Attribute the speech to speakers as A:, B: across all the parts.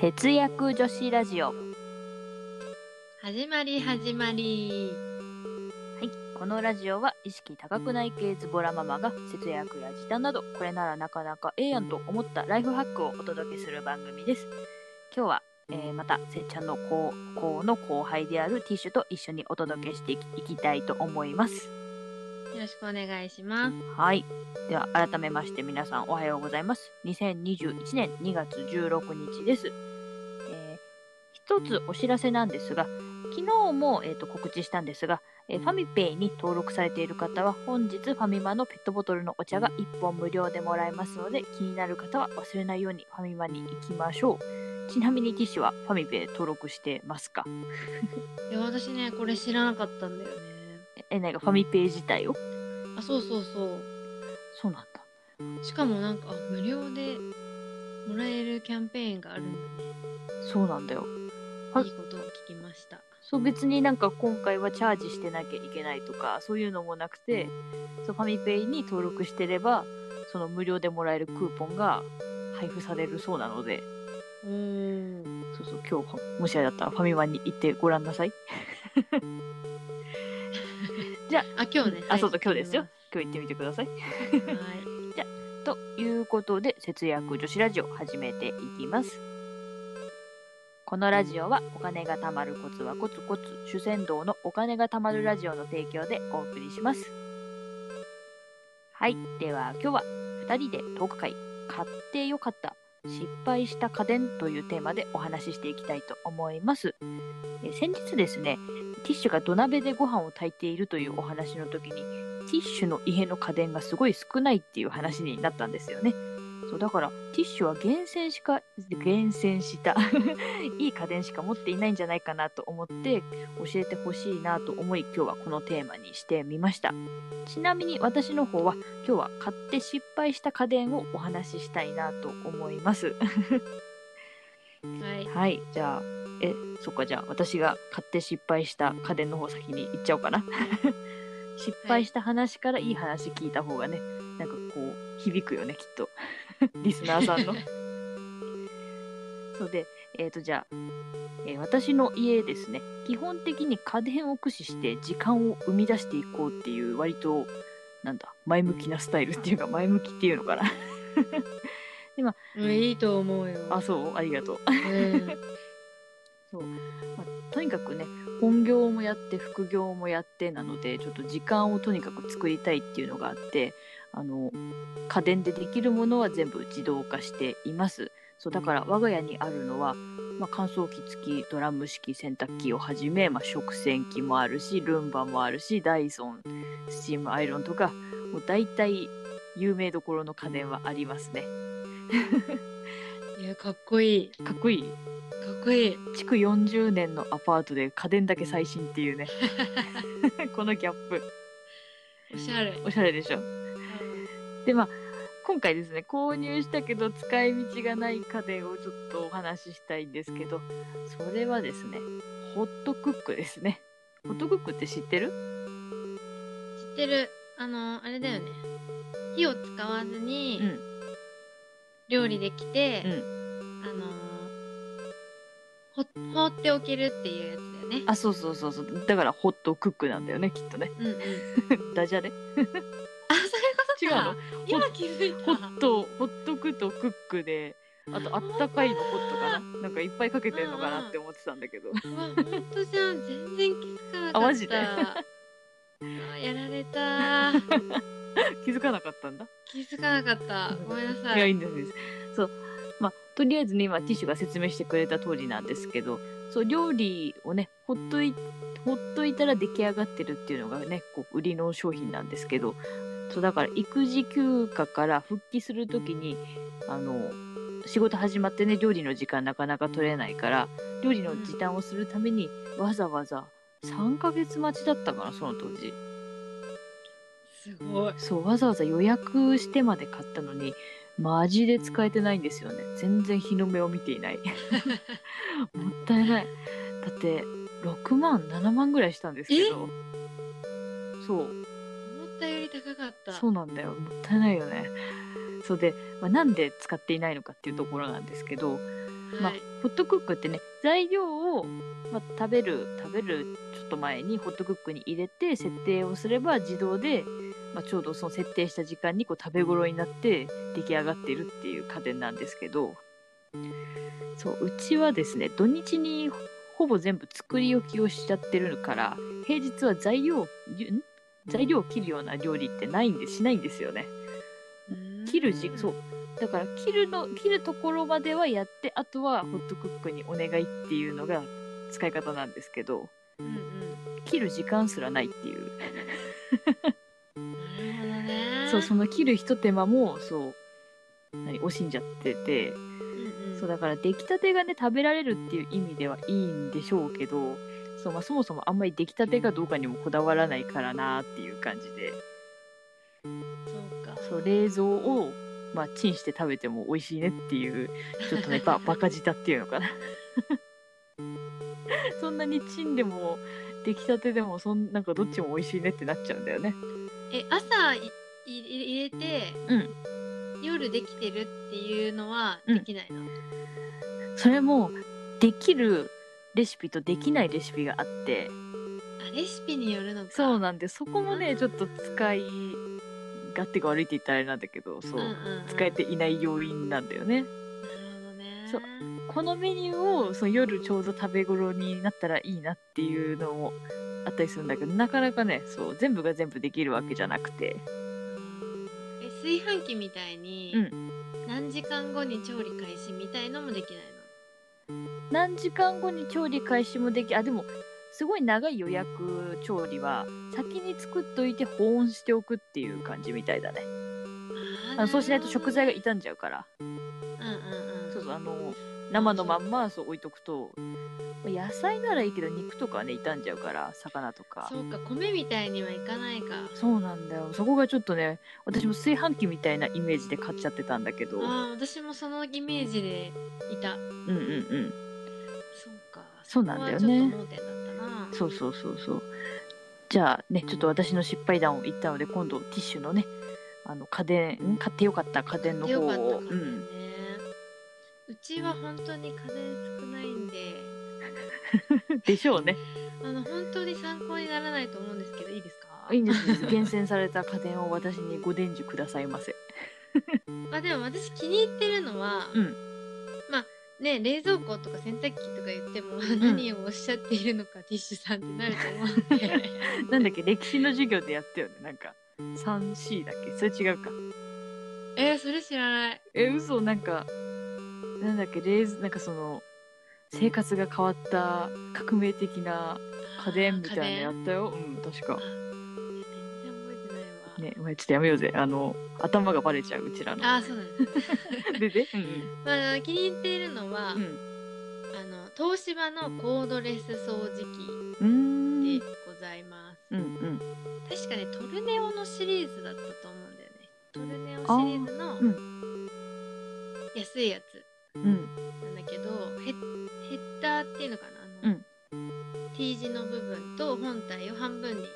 A: 節約女子ラジオ。は
B: 始まり始まり
A: い、このラジオは意識高くない系ズボラママが節約や時短など、これならなかなかええやんと思ったライフハックをお届けする番組です。今日は、えーまたせっちゃんの高校の後輩であるティッシュと一緒にお届けしていきいきたいと思います。
B: よろしくお願いします
A: はい。では、改めまして皆さんおはようございます。2021年2月16日です。えー一つお知らせなんですが、昨日も、えー、と告知したんですが、えーファミペイに登録されている方は、本日ファミマのペットボトルのお茶が1本無料でもらえますので、気になる方は忘れないようにファミマに行きましょう。ちなみにティッシュはファミペイ登録してますか
B: いや私ねこれ知らなかったんだよね
A: え、なんかファミペイ自体を
B: あそうそうそう
A: そうなんだ。
B: しかもなんかあ無料でもらえるキャンペーンがあるんだ
A: そうなんだよ。あ
B: ねいいことを聞きました
A: そう別になんか今回はチャージしてなきゃいけないとかそういうのもなくてそうファミペイに登録してればその無料でもらえるクーポンが配布されるそうなので
B: おー
A: そうそう今日もしあれだったらファミマに行ってごらんなさい
B: あ今日ね
A: あそうそう今日ですよ今日行ってみてください
B: 行きますはい
A: ということで節約女子ラジオ始めていきますこのラジオはお金が貯まるコツはコツコツ主戦道のお金が貯まるラジオの提供でお送りしますはいでは今日は2人でトーク会買ってよかった失敗した家電というテーマでお話ししていきたいと思いますえ先日ですねティッシュが土鍋でご飯を炊いているというお話の時にティッシュの家の家電がすごい少ないっていう話になったんですよね。そうだからティッシュは厳選しか厳選した いい家電しか持っていないんじゃないかなと思って教えてほしいなと思い今日はこのテーマにしてみましたちなみに私の方は今日は買って失敗した家電をお話ししたいなと思います
B: はい
A: はいじゃあえそっかじゃあ私が買って失敗した家電の方先に行っちゃおうかな 失敗した話からいい話聞いた方がねなんかこう響くよねきっと リスナーさんのそうでえっ、とじゃあ、えー私の家ですね基本的に家電を駆使して時間を生み出していこうっていう割となんだ前向きなスタイルっていうか前向きっていうのかな
B: うんいいと思うよ
A: あそうありがとう
B: うん
A: そう、まあ、とにかくね本業もやって副業もやってなのでちょっと時間をとにかく作りたいっていうのがあってあの家電でできるものは全部自動化していますそうだから我が家にあるのは、まあ、乾燥機付きドラム式洗濯機をはじめ、まあ、食洗機もあるしルンバもあるしダイソンスチームアイロンとかもう大体有名どころの家電はありますね
B: いやかっこいい
A: かっこいい
B: かっこい い
A: 築40年のアパートで家電だけ最新っていうね このギャップ
B: おしゃれ
A: おしゃれでしょでまあ今回ですね購入したけど使い道がない家電をちょっとお話ししたいんですけどそれはですねホットクックですねホットクックって知ってる
B: 知ってるあのあれだよね火を使わずに
A: うん
B: 料理できて、
A: う
B: あのー、ほ放っておけるっていうやつだよね
A: あそうそうそうそうだからホットクックなんだよねきっとね
B: うんうんあ
A: ダジャレ
B: そう
A: 違
B: いうう
A: の
B: ことか今気づい
A: ホ
B: た
A: ットホットクとクックであとあったかいのホットかななんかいっぱいかけてんのかなって思ってたんだけど
B: うわ本当じゃん全然気づかなかった
A: あマジで
B: あやられ た
A: 気づかなかったんだ
B: 気づかなかったごめんないさ
A: や、い
B: い
A: いんですいいんです。そう。まあ、とりあえずね、今、ティッシュが説明してくれた通りなんですけど、そう、料理をね、ほっとい、ほっといたら出来上がってるっていうのがね、こう、売りの商品なんですけど、そう、だから、育児休暇から復帰するときに、あの、仕事始まってね、料理の時間なかなか取れないから、料理の時短をするために、わざわざ3ヶ月待ちだったかな、その当時。
B: すごい
A: そうわざわざ予約してまで買ったのにマジで使えてないんですよね全然日の目を見ていないもったいないだって6万7万ぐらいしたんですけどそう
B: 思ったより高かった
A: そうなんだよもったいないよねそうで、まあ、なんで使っていないのかっていうところなんですけどまあ
B: はい、
A: ホットクックってね材料を、まあ、食べる食べるちょっと前にホットクックに入れて設定をすれば自動で、まあ、ちょうどその設定した時間にこう食べ頃になって出来上がっているっていう家電なんですけどそううちはですね土日にほぼ全部作り置きをしちゃってるから平日は材料ん材料を切るような料理ってないんでしないんですよね。切る時そうだから切るの切るところまではやってあとはホットクックにお願いっていうのが使い方なんですけど
B: うんうん
A: 切る時間すらないっていう
B: なるほどね
A: そうその切るひと手間もそう何惜しんじゃってて、
B: うんうん
A: そうだから出来たてがね食べられるっていう意味ではいいんでしょうけどそう、まあ、そもそもあんまり出来たてかどうかにもこだわらないからなっていう感じで
B: そうか
A: そう冷蔵を、まあ、チンして食べても美味しいねっていうちょっとね ババカ舌っていうのかな そんなにチンでも出来たてでもそんなんかどっちも美味しいねってなっちゃうんだよね
B: え朝いい入れて、夜できてるっていうのはできないの、
A: それもできるレシピとできないレシピがあって
B: あレシピによるのか
A: そう
B: の
A: なんでそこもねちょっと使い勝手が悪いって言ったらあれなんだけどそう、使えていない要因なんだよね
B: なるほどね
A: そうこのメニューをその夜ちょうど食べ頃になったらいいなっていうのもあったりするんだけどなかなかねそう全部が全部できるわけじゃなくて
B: え炊飯器みたいに、
A: う
B: 何時間後に調理開始みたいのもできない
A: 何時間後に調理開始もできあでもすごい長い予約調理は先に作っといて保温しておくっていう感じみたいだねあ
B: の
A: のそうしないと食材が
B: い
A: 傷んじゃうから
B: うんうんうん
A: そうそうあの生のまんまそう置いとくとまあ野菜ならいいけど肉とかはね傷んじゃうから魚とか
B: そうか米みたいにはいかないか
A: そうなんだよそこがちょっとね私も炊飯器みたいなイメージで買っちゃってたんだけどうん
B: あー私もそのイメージでいた
A: うんうん
B: そうか
A: そうなんだよね
B: そこはちょっと盲点だったな
A: そうそうそうそうじゃあねちょっと私の失敗談を言ったので今度ティッシュのねあの家電ん買ってよかった家電の方
B: よかった
A: を、
B: か
A: う
B: もね、
A: ん、
B: うちは本当に家電少ないんで
A: でしょうね
B: あの本当に参考にならないと思うんですけどいいですか
A: いいんですいいんです厳選された家電を私にご伝授くださいませ
B: まあでも私気に入ってるのは、
A: うん
B: まあね冷蔵庫とか洗濯機とか言っても、何をおっしゃっているのかティッシュさんってなると 思うんで
A: なんだっけ歴史の授業でやったよねなんか 3C だっけそれ違うか
B: えーそれ知らない
A: え嘘なんかなんだっけ冷なんかその生活が変わった革命的な家電みたいなのや
B: 家電
A: ったようん確か
B: あ全然覚えてないわ、
A: ねまあちょっとやめようぜあの頭がバレちゃううちらの
B: あーそうなんです
A: でで
B: まああの気に入っているのは、
A: うん
B: あの東芝のコードレス掃除
A: うんうん
B: 機でございます、
A: うんうん
B: 確かねトルネオのシリーズだったと思うんだよねトルネオシリーズの
A: ーう
B: 安いやつ
A: うん
B: なんだけどヘッヘッダーっていうのかなあの、T 字の部分と本体を半分に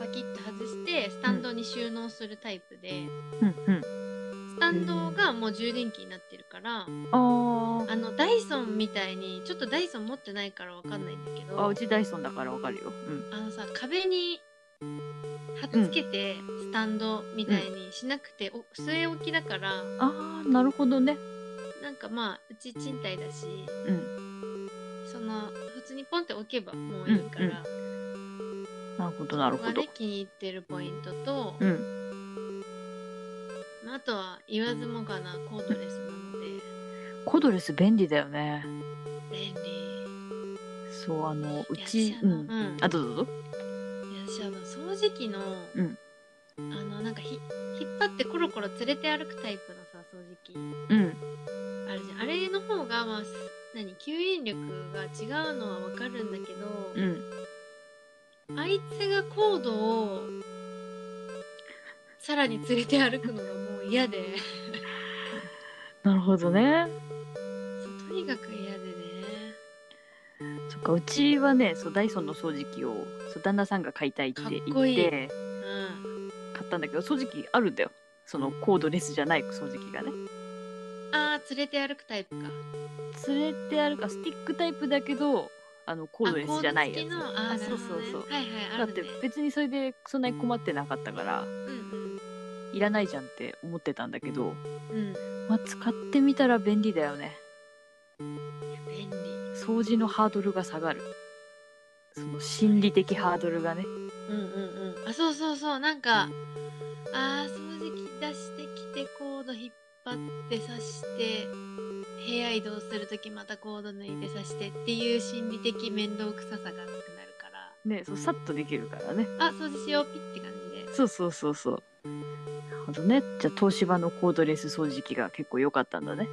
B: パキッと外してスタンドに収納するタイプで、
A: うんうん
B: スタンドがもう充電器になってるから、
A: あー
B: あのダイソンみたいにちょっとダイソン持ってないからわかんないんだけど
A: あうちダイソンだからわかるようん
B: あのさ壁に貼っつけてスタンドみたいにしなくて、お据え置きだから
A: あーなるほどね
B: なんかまあうち賃貸だし
A: うん
B: その普通にポンって置けばもういいから、
A: なるほどなる
B: こ
A: ほ
B: こが
A: ど
B: ね気に入ってるポイントと、
A: うん
B: まあ、あとは言わずもがなコードレスなので
A: コードレス便利だよね
B: 便利
A: そうあのう
B: いや
A: ち
B: 私あ
A: う
B: の
A: ん
B: うん
A: あどうぞどうぞ
B: いや私あの掃除機の、
A: うん
B: あのなんかひ引っ張ってコロコロ連れて歩くタイプのさ掃除機
A: うん
B: あるじゃんあれの方がまあす何吸引力が違うのはわかるんだけど、
A: うん
B: あいつがコードをさらに連れて歩くのがもう嫌で
A: なるほどね
B: そうとにかく嫌でね
A: そっかうちはねそうダイソンの掃除機をそう旦那さんが買いたいって言
B: かっこいい
A: って
B: うん
A: 買ったんだけど掃除機あるんだよそのコードレスじゃない掃除機がね
B: ああ連れて歩くタイプか
A: 連れて歩くあスティックタイプだけどあのコードレスじゃないや
B: あ
A: つ
B: コード付きのあ
A: あ
B: ーな
A: そ
B: る
A: う
B: ほ
A: そ
B: ど
A: う
B: ね
A: そう
B: はいはい
A: だ
B: あ
A: っ
B: る
A: て
B: ね
A: 別にそれでそんなに困ってなかったから
B: うん
A: いらないじゃんって思ってたんだけど、
B: うんうん
A: まあ、使ってみたら便利だよね
B: いや便利
A: 掃除のハードルが下がるその心理的ハードルがね
B: うんうんうんあそうそうそうなんかあー掃除機出してきてコード引っ張って刺して部屋移動する時またコード抜いて刺してっていう心理的面倒くささがなくなるか
A: ねそうさっとできるからね
B: らあ掃除しようピッて感じで
A: そうそうそうそうなるほどねじゃあ東芝のコードレス掃除機が結構良かったんだね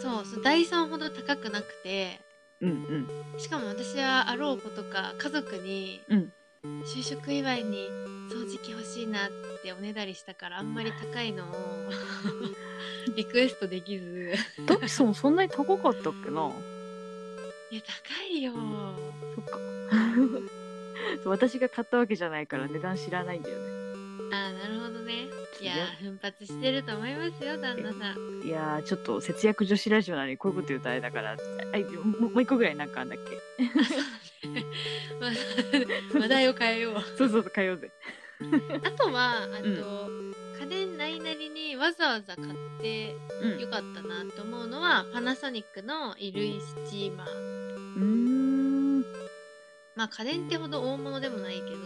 B: そうそうダイソンほど高くなくて
A: うんうん
B: しかも私はあろうことか家族に
A: うん
B: 就職祝いに掃除機欲しいなっておねだりしたからあんまり高いのを リクエストできず
A: ダイソンそんなに高かったっけない
B: や高いよ
A: そっか そう私が買ったわけじゃないから値段知らないんだよね
B: あーなるほどねいや
A: ね
B: ー奮発してると思いますよ旦那さん
A: いやーちょっと節約女子ラジオなのにこういうこと言うとあれだからあいももう一個ぐらいなんかあんだっけ
B: まあ 話題を変えよう
A: そうそうそう通うぜ
B: あとはあと、家電ないなりにわざわざ買って
A: う
B: よかったなと思うのは、パナソニックの衣類スチーマー
A: うーん
B: まあ家電ってほど大物でもないけど
A: うんう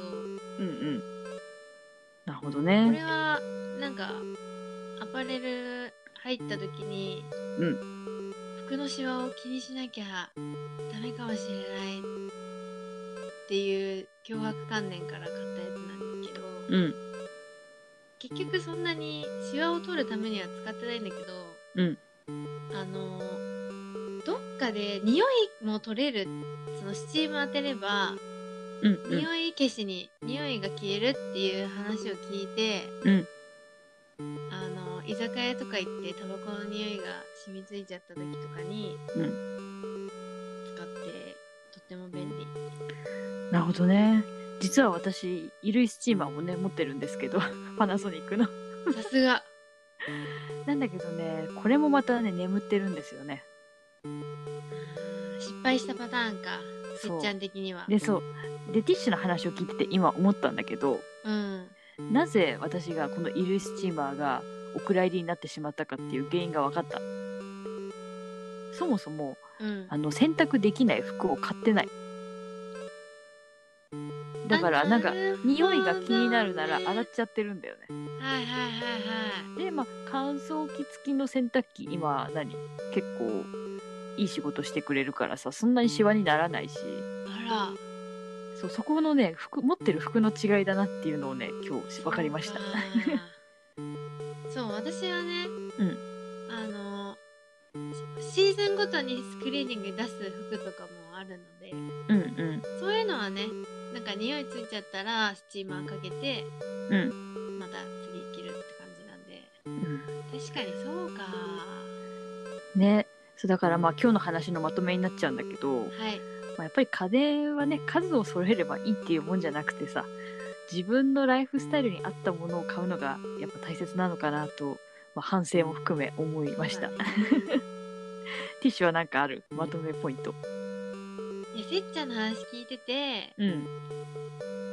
A: んなるほど
B: これ
A: ね
B: はなんかアパレル入った時に、
A: う
B: 服のシワを気にしなきゃダメかもしれないっていう脅迫観念から買ったやつなんですけど、
A: うん
B: 結局そんなにシワを取るためには使ってないんだけど、
A: うん
B: あのどっかで匂いも取れるそのスチーム当てれば
A: うんうん
B: 匂い消しに匂いが消えるっていう話を聞いて、
A: うん
B: あの居酒屋とか行ってタバコの匂いが染みついちゃった時とかに、
A: う
B: 使ってとっても便利
A: なるほどね実は私衣類スチーマーもね持ってるんですけど パナソニックの
B: さすが
A: なんだけどねこれもまたね眠ってるんですよね
B: うん失敗したパターンかせ
A: そう
B: っちゃん的には
A: でそうでティッシュの話を聞いてて今思ったんだけど
B: うん
A: なぜ私がこの衣類スチーマーがお蔵入りになってしまったかっていう原因が分かったそもそも
B: うん
A: あの洗濯できない服を買ってないだからなんか
B: るほどね
A: 匂いが気になるなら洗っちゃってるんだよね
B: はいはいはいはい
A: で、まあ、乾燥機付きの洗濯機今何結構いい仕事してくれるからさそんなにシワにならないし
B: あ
A: そうそこのね服持ってる服の違いだなっていうのをね今日
B: ら
A: 分かりました
B: そうかそう私はね、あのシーズンごとにスクリーニングに出す服とかもあるので
A: うんうん
B: そういうのはねなんか匂いついちゃったらスチーマーかけて
A: うん
B: また次着るって感じなんで
A: うん
B: 確かにそうか
A: ねそうだからまあ今日の話のまとめになっちゃうんだけど、ま
B: はい
A: あ、やっぱり家電はね数を揃えればいいっていうもんじゃなくてさ自分のライフスタイルに合ったものを買うのがやっぱ大切なのかなと、まあ、反省も含め思いました、
B: そう
A: テ
B: だね
A: ィッシュはなんかあるまとめポイント
B: いやせっちゃんの話聞いてて
A: うん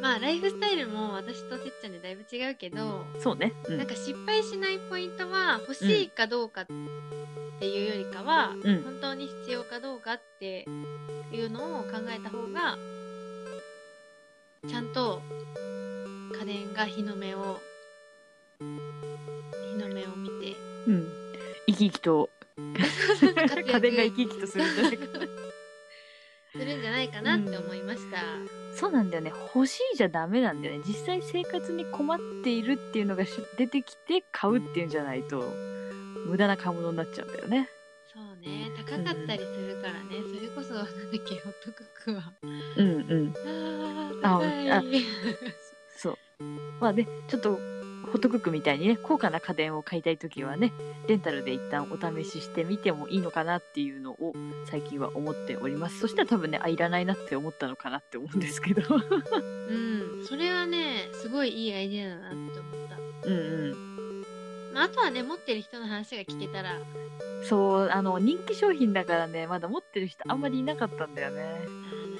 B: まあライフスタイルも私とせっちゃんでだいぶ違うけど
A: そうねう
B: なん
A: ん
B: か失敗しないポイントは欲しいかどうかっていうよりかは、
A: うん
B: 本当に必要かどうかっていうのを考えた方がちゃんと家電が日の目を日の目を見て
A: うん生き生きと
B: 活躍
A: 家電が生き生きとするんじゃないか な
B: するんじゃないかなって思いました。
A: そうなんだよね欲しいじゃダメなんだよね実際生活に困っているっていうのがし出てきて買うっていうんじゃないと無駄な買い物になっちゃうんだよね
B: そうね高かったりするからね、それこそなんだっけホットクックは
A: うんうん
B: あー
A: あ
B: 高い
A: そうまあねちょっとホットクックみたいにね高価な家電を買いたい時はねレンタルで一旦お試ししてみてもいいのかなっていうのを最近は思っておりますそしたら多分ねあいらないなって思ったのかなって思うんですけど
B: うんそれはねすごいいいアイデアだなって思った
A: うんうん
B: ままあ、あとはね持ってる人の話が聞けたらあ
A: そうあの人気商品だからねまだ持ってる人あんまりいなかったんだよね
B: ーなるほどね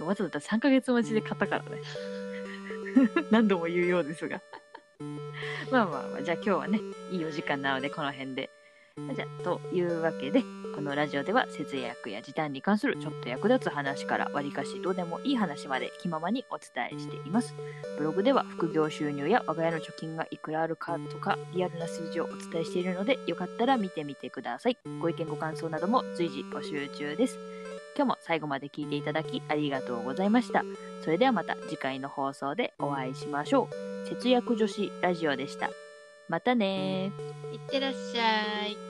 A: そうわざわざ3ヶ月待ちで買ったからね 何度も言うようですが まあまあまあじゃあ今日はねいいお時間なのでこの辺でじゃあというわけでこのラジオでは節約や時短に関するちょっと役立つ話からわりかしどうでもいい話まで気ままにお伝えしていますブログでは副業収入や我が家の貯金がいくらあるかとかリアルな数字をお伝えしているのでよかったら見てみてくださいご意見ご感想なども随時募集中です今日も最後まで聞いていただきありがとうございましたそれではまた次回の放送でお会いしましょう節約女子ラジオでしたまたねー
B: いってらっしゃい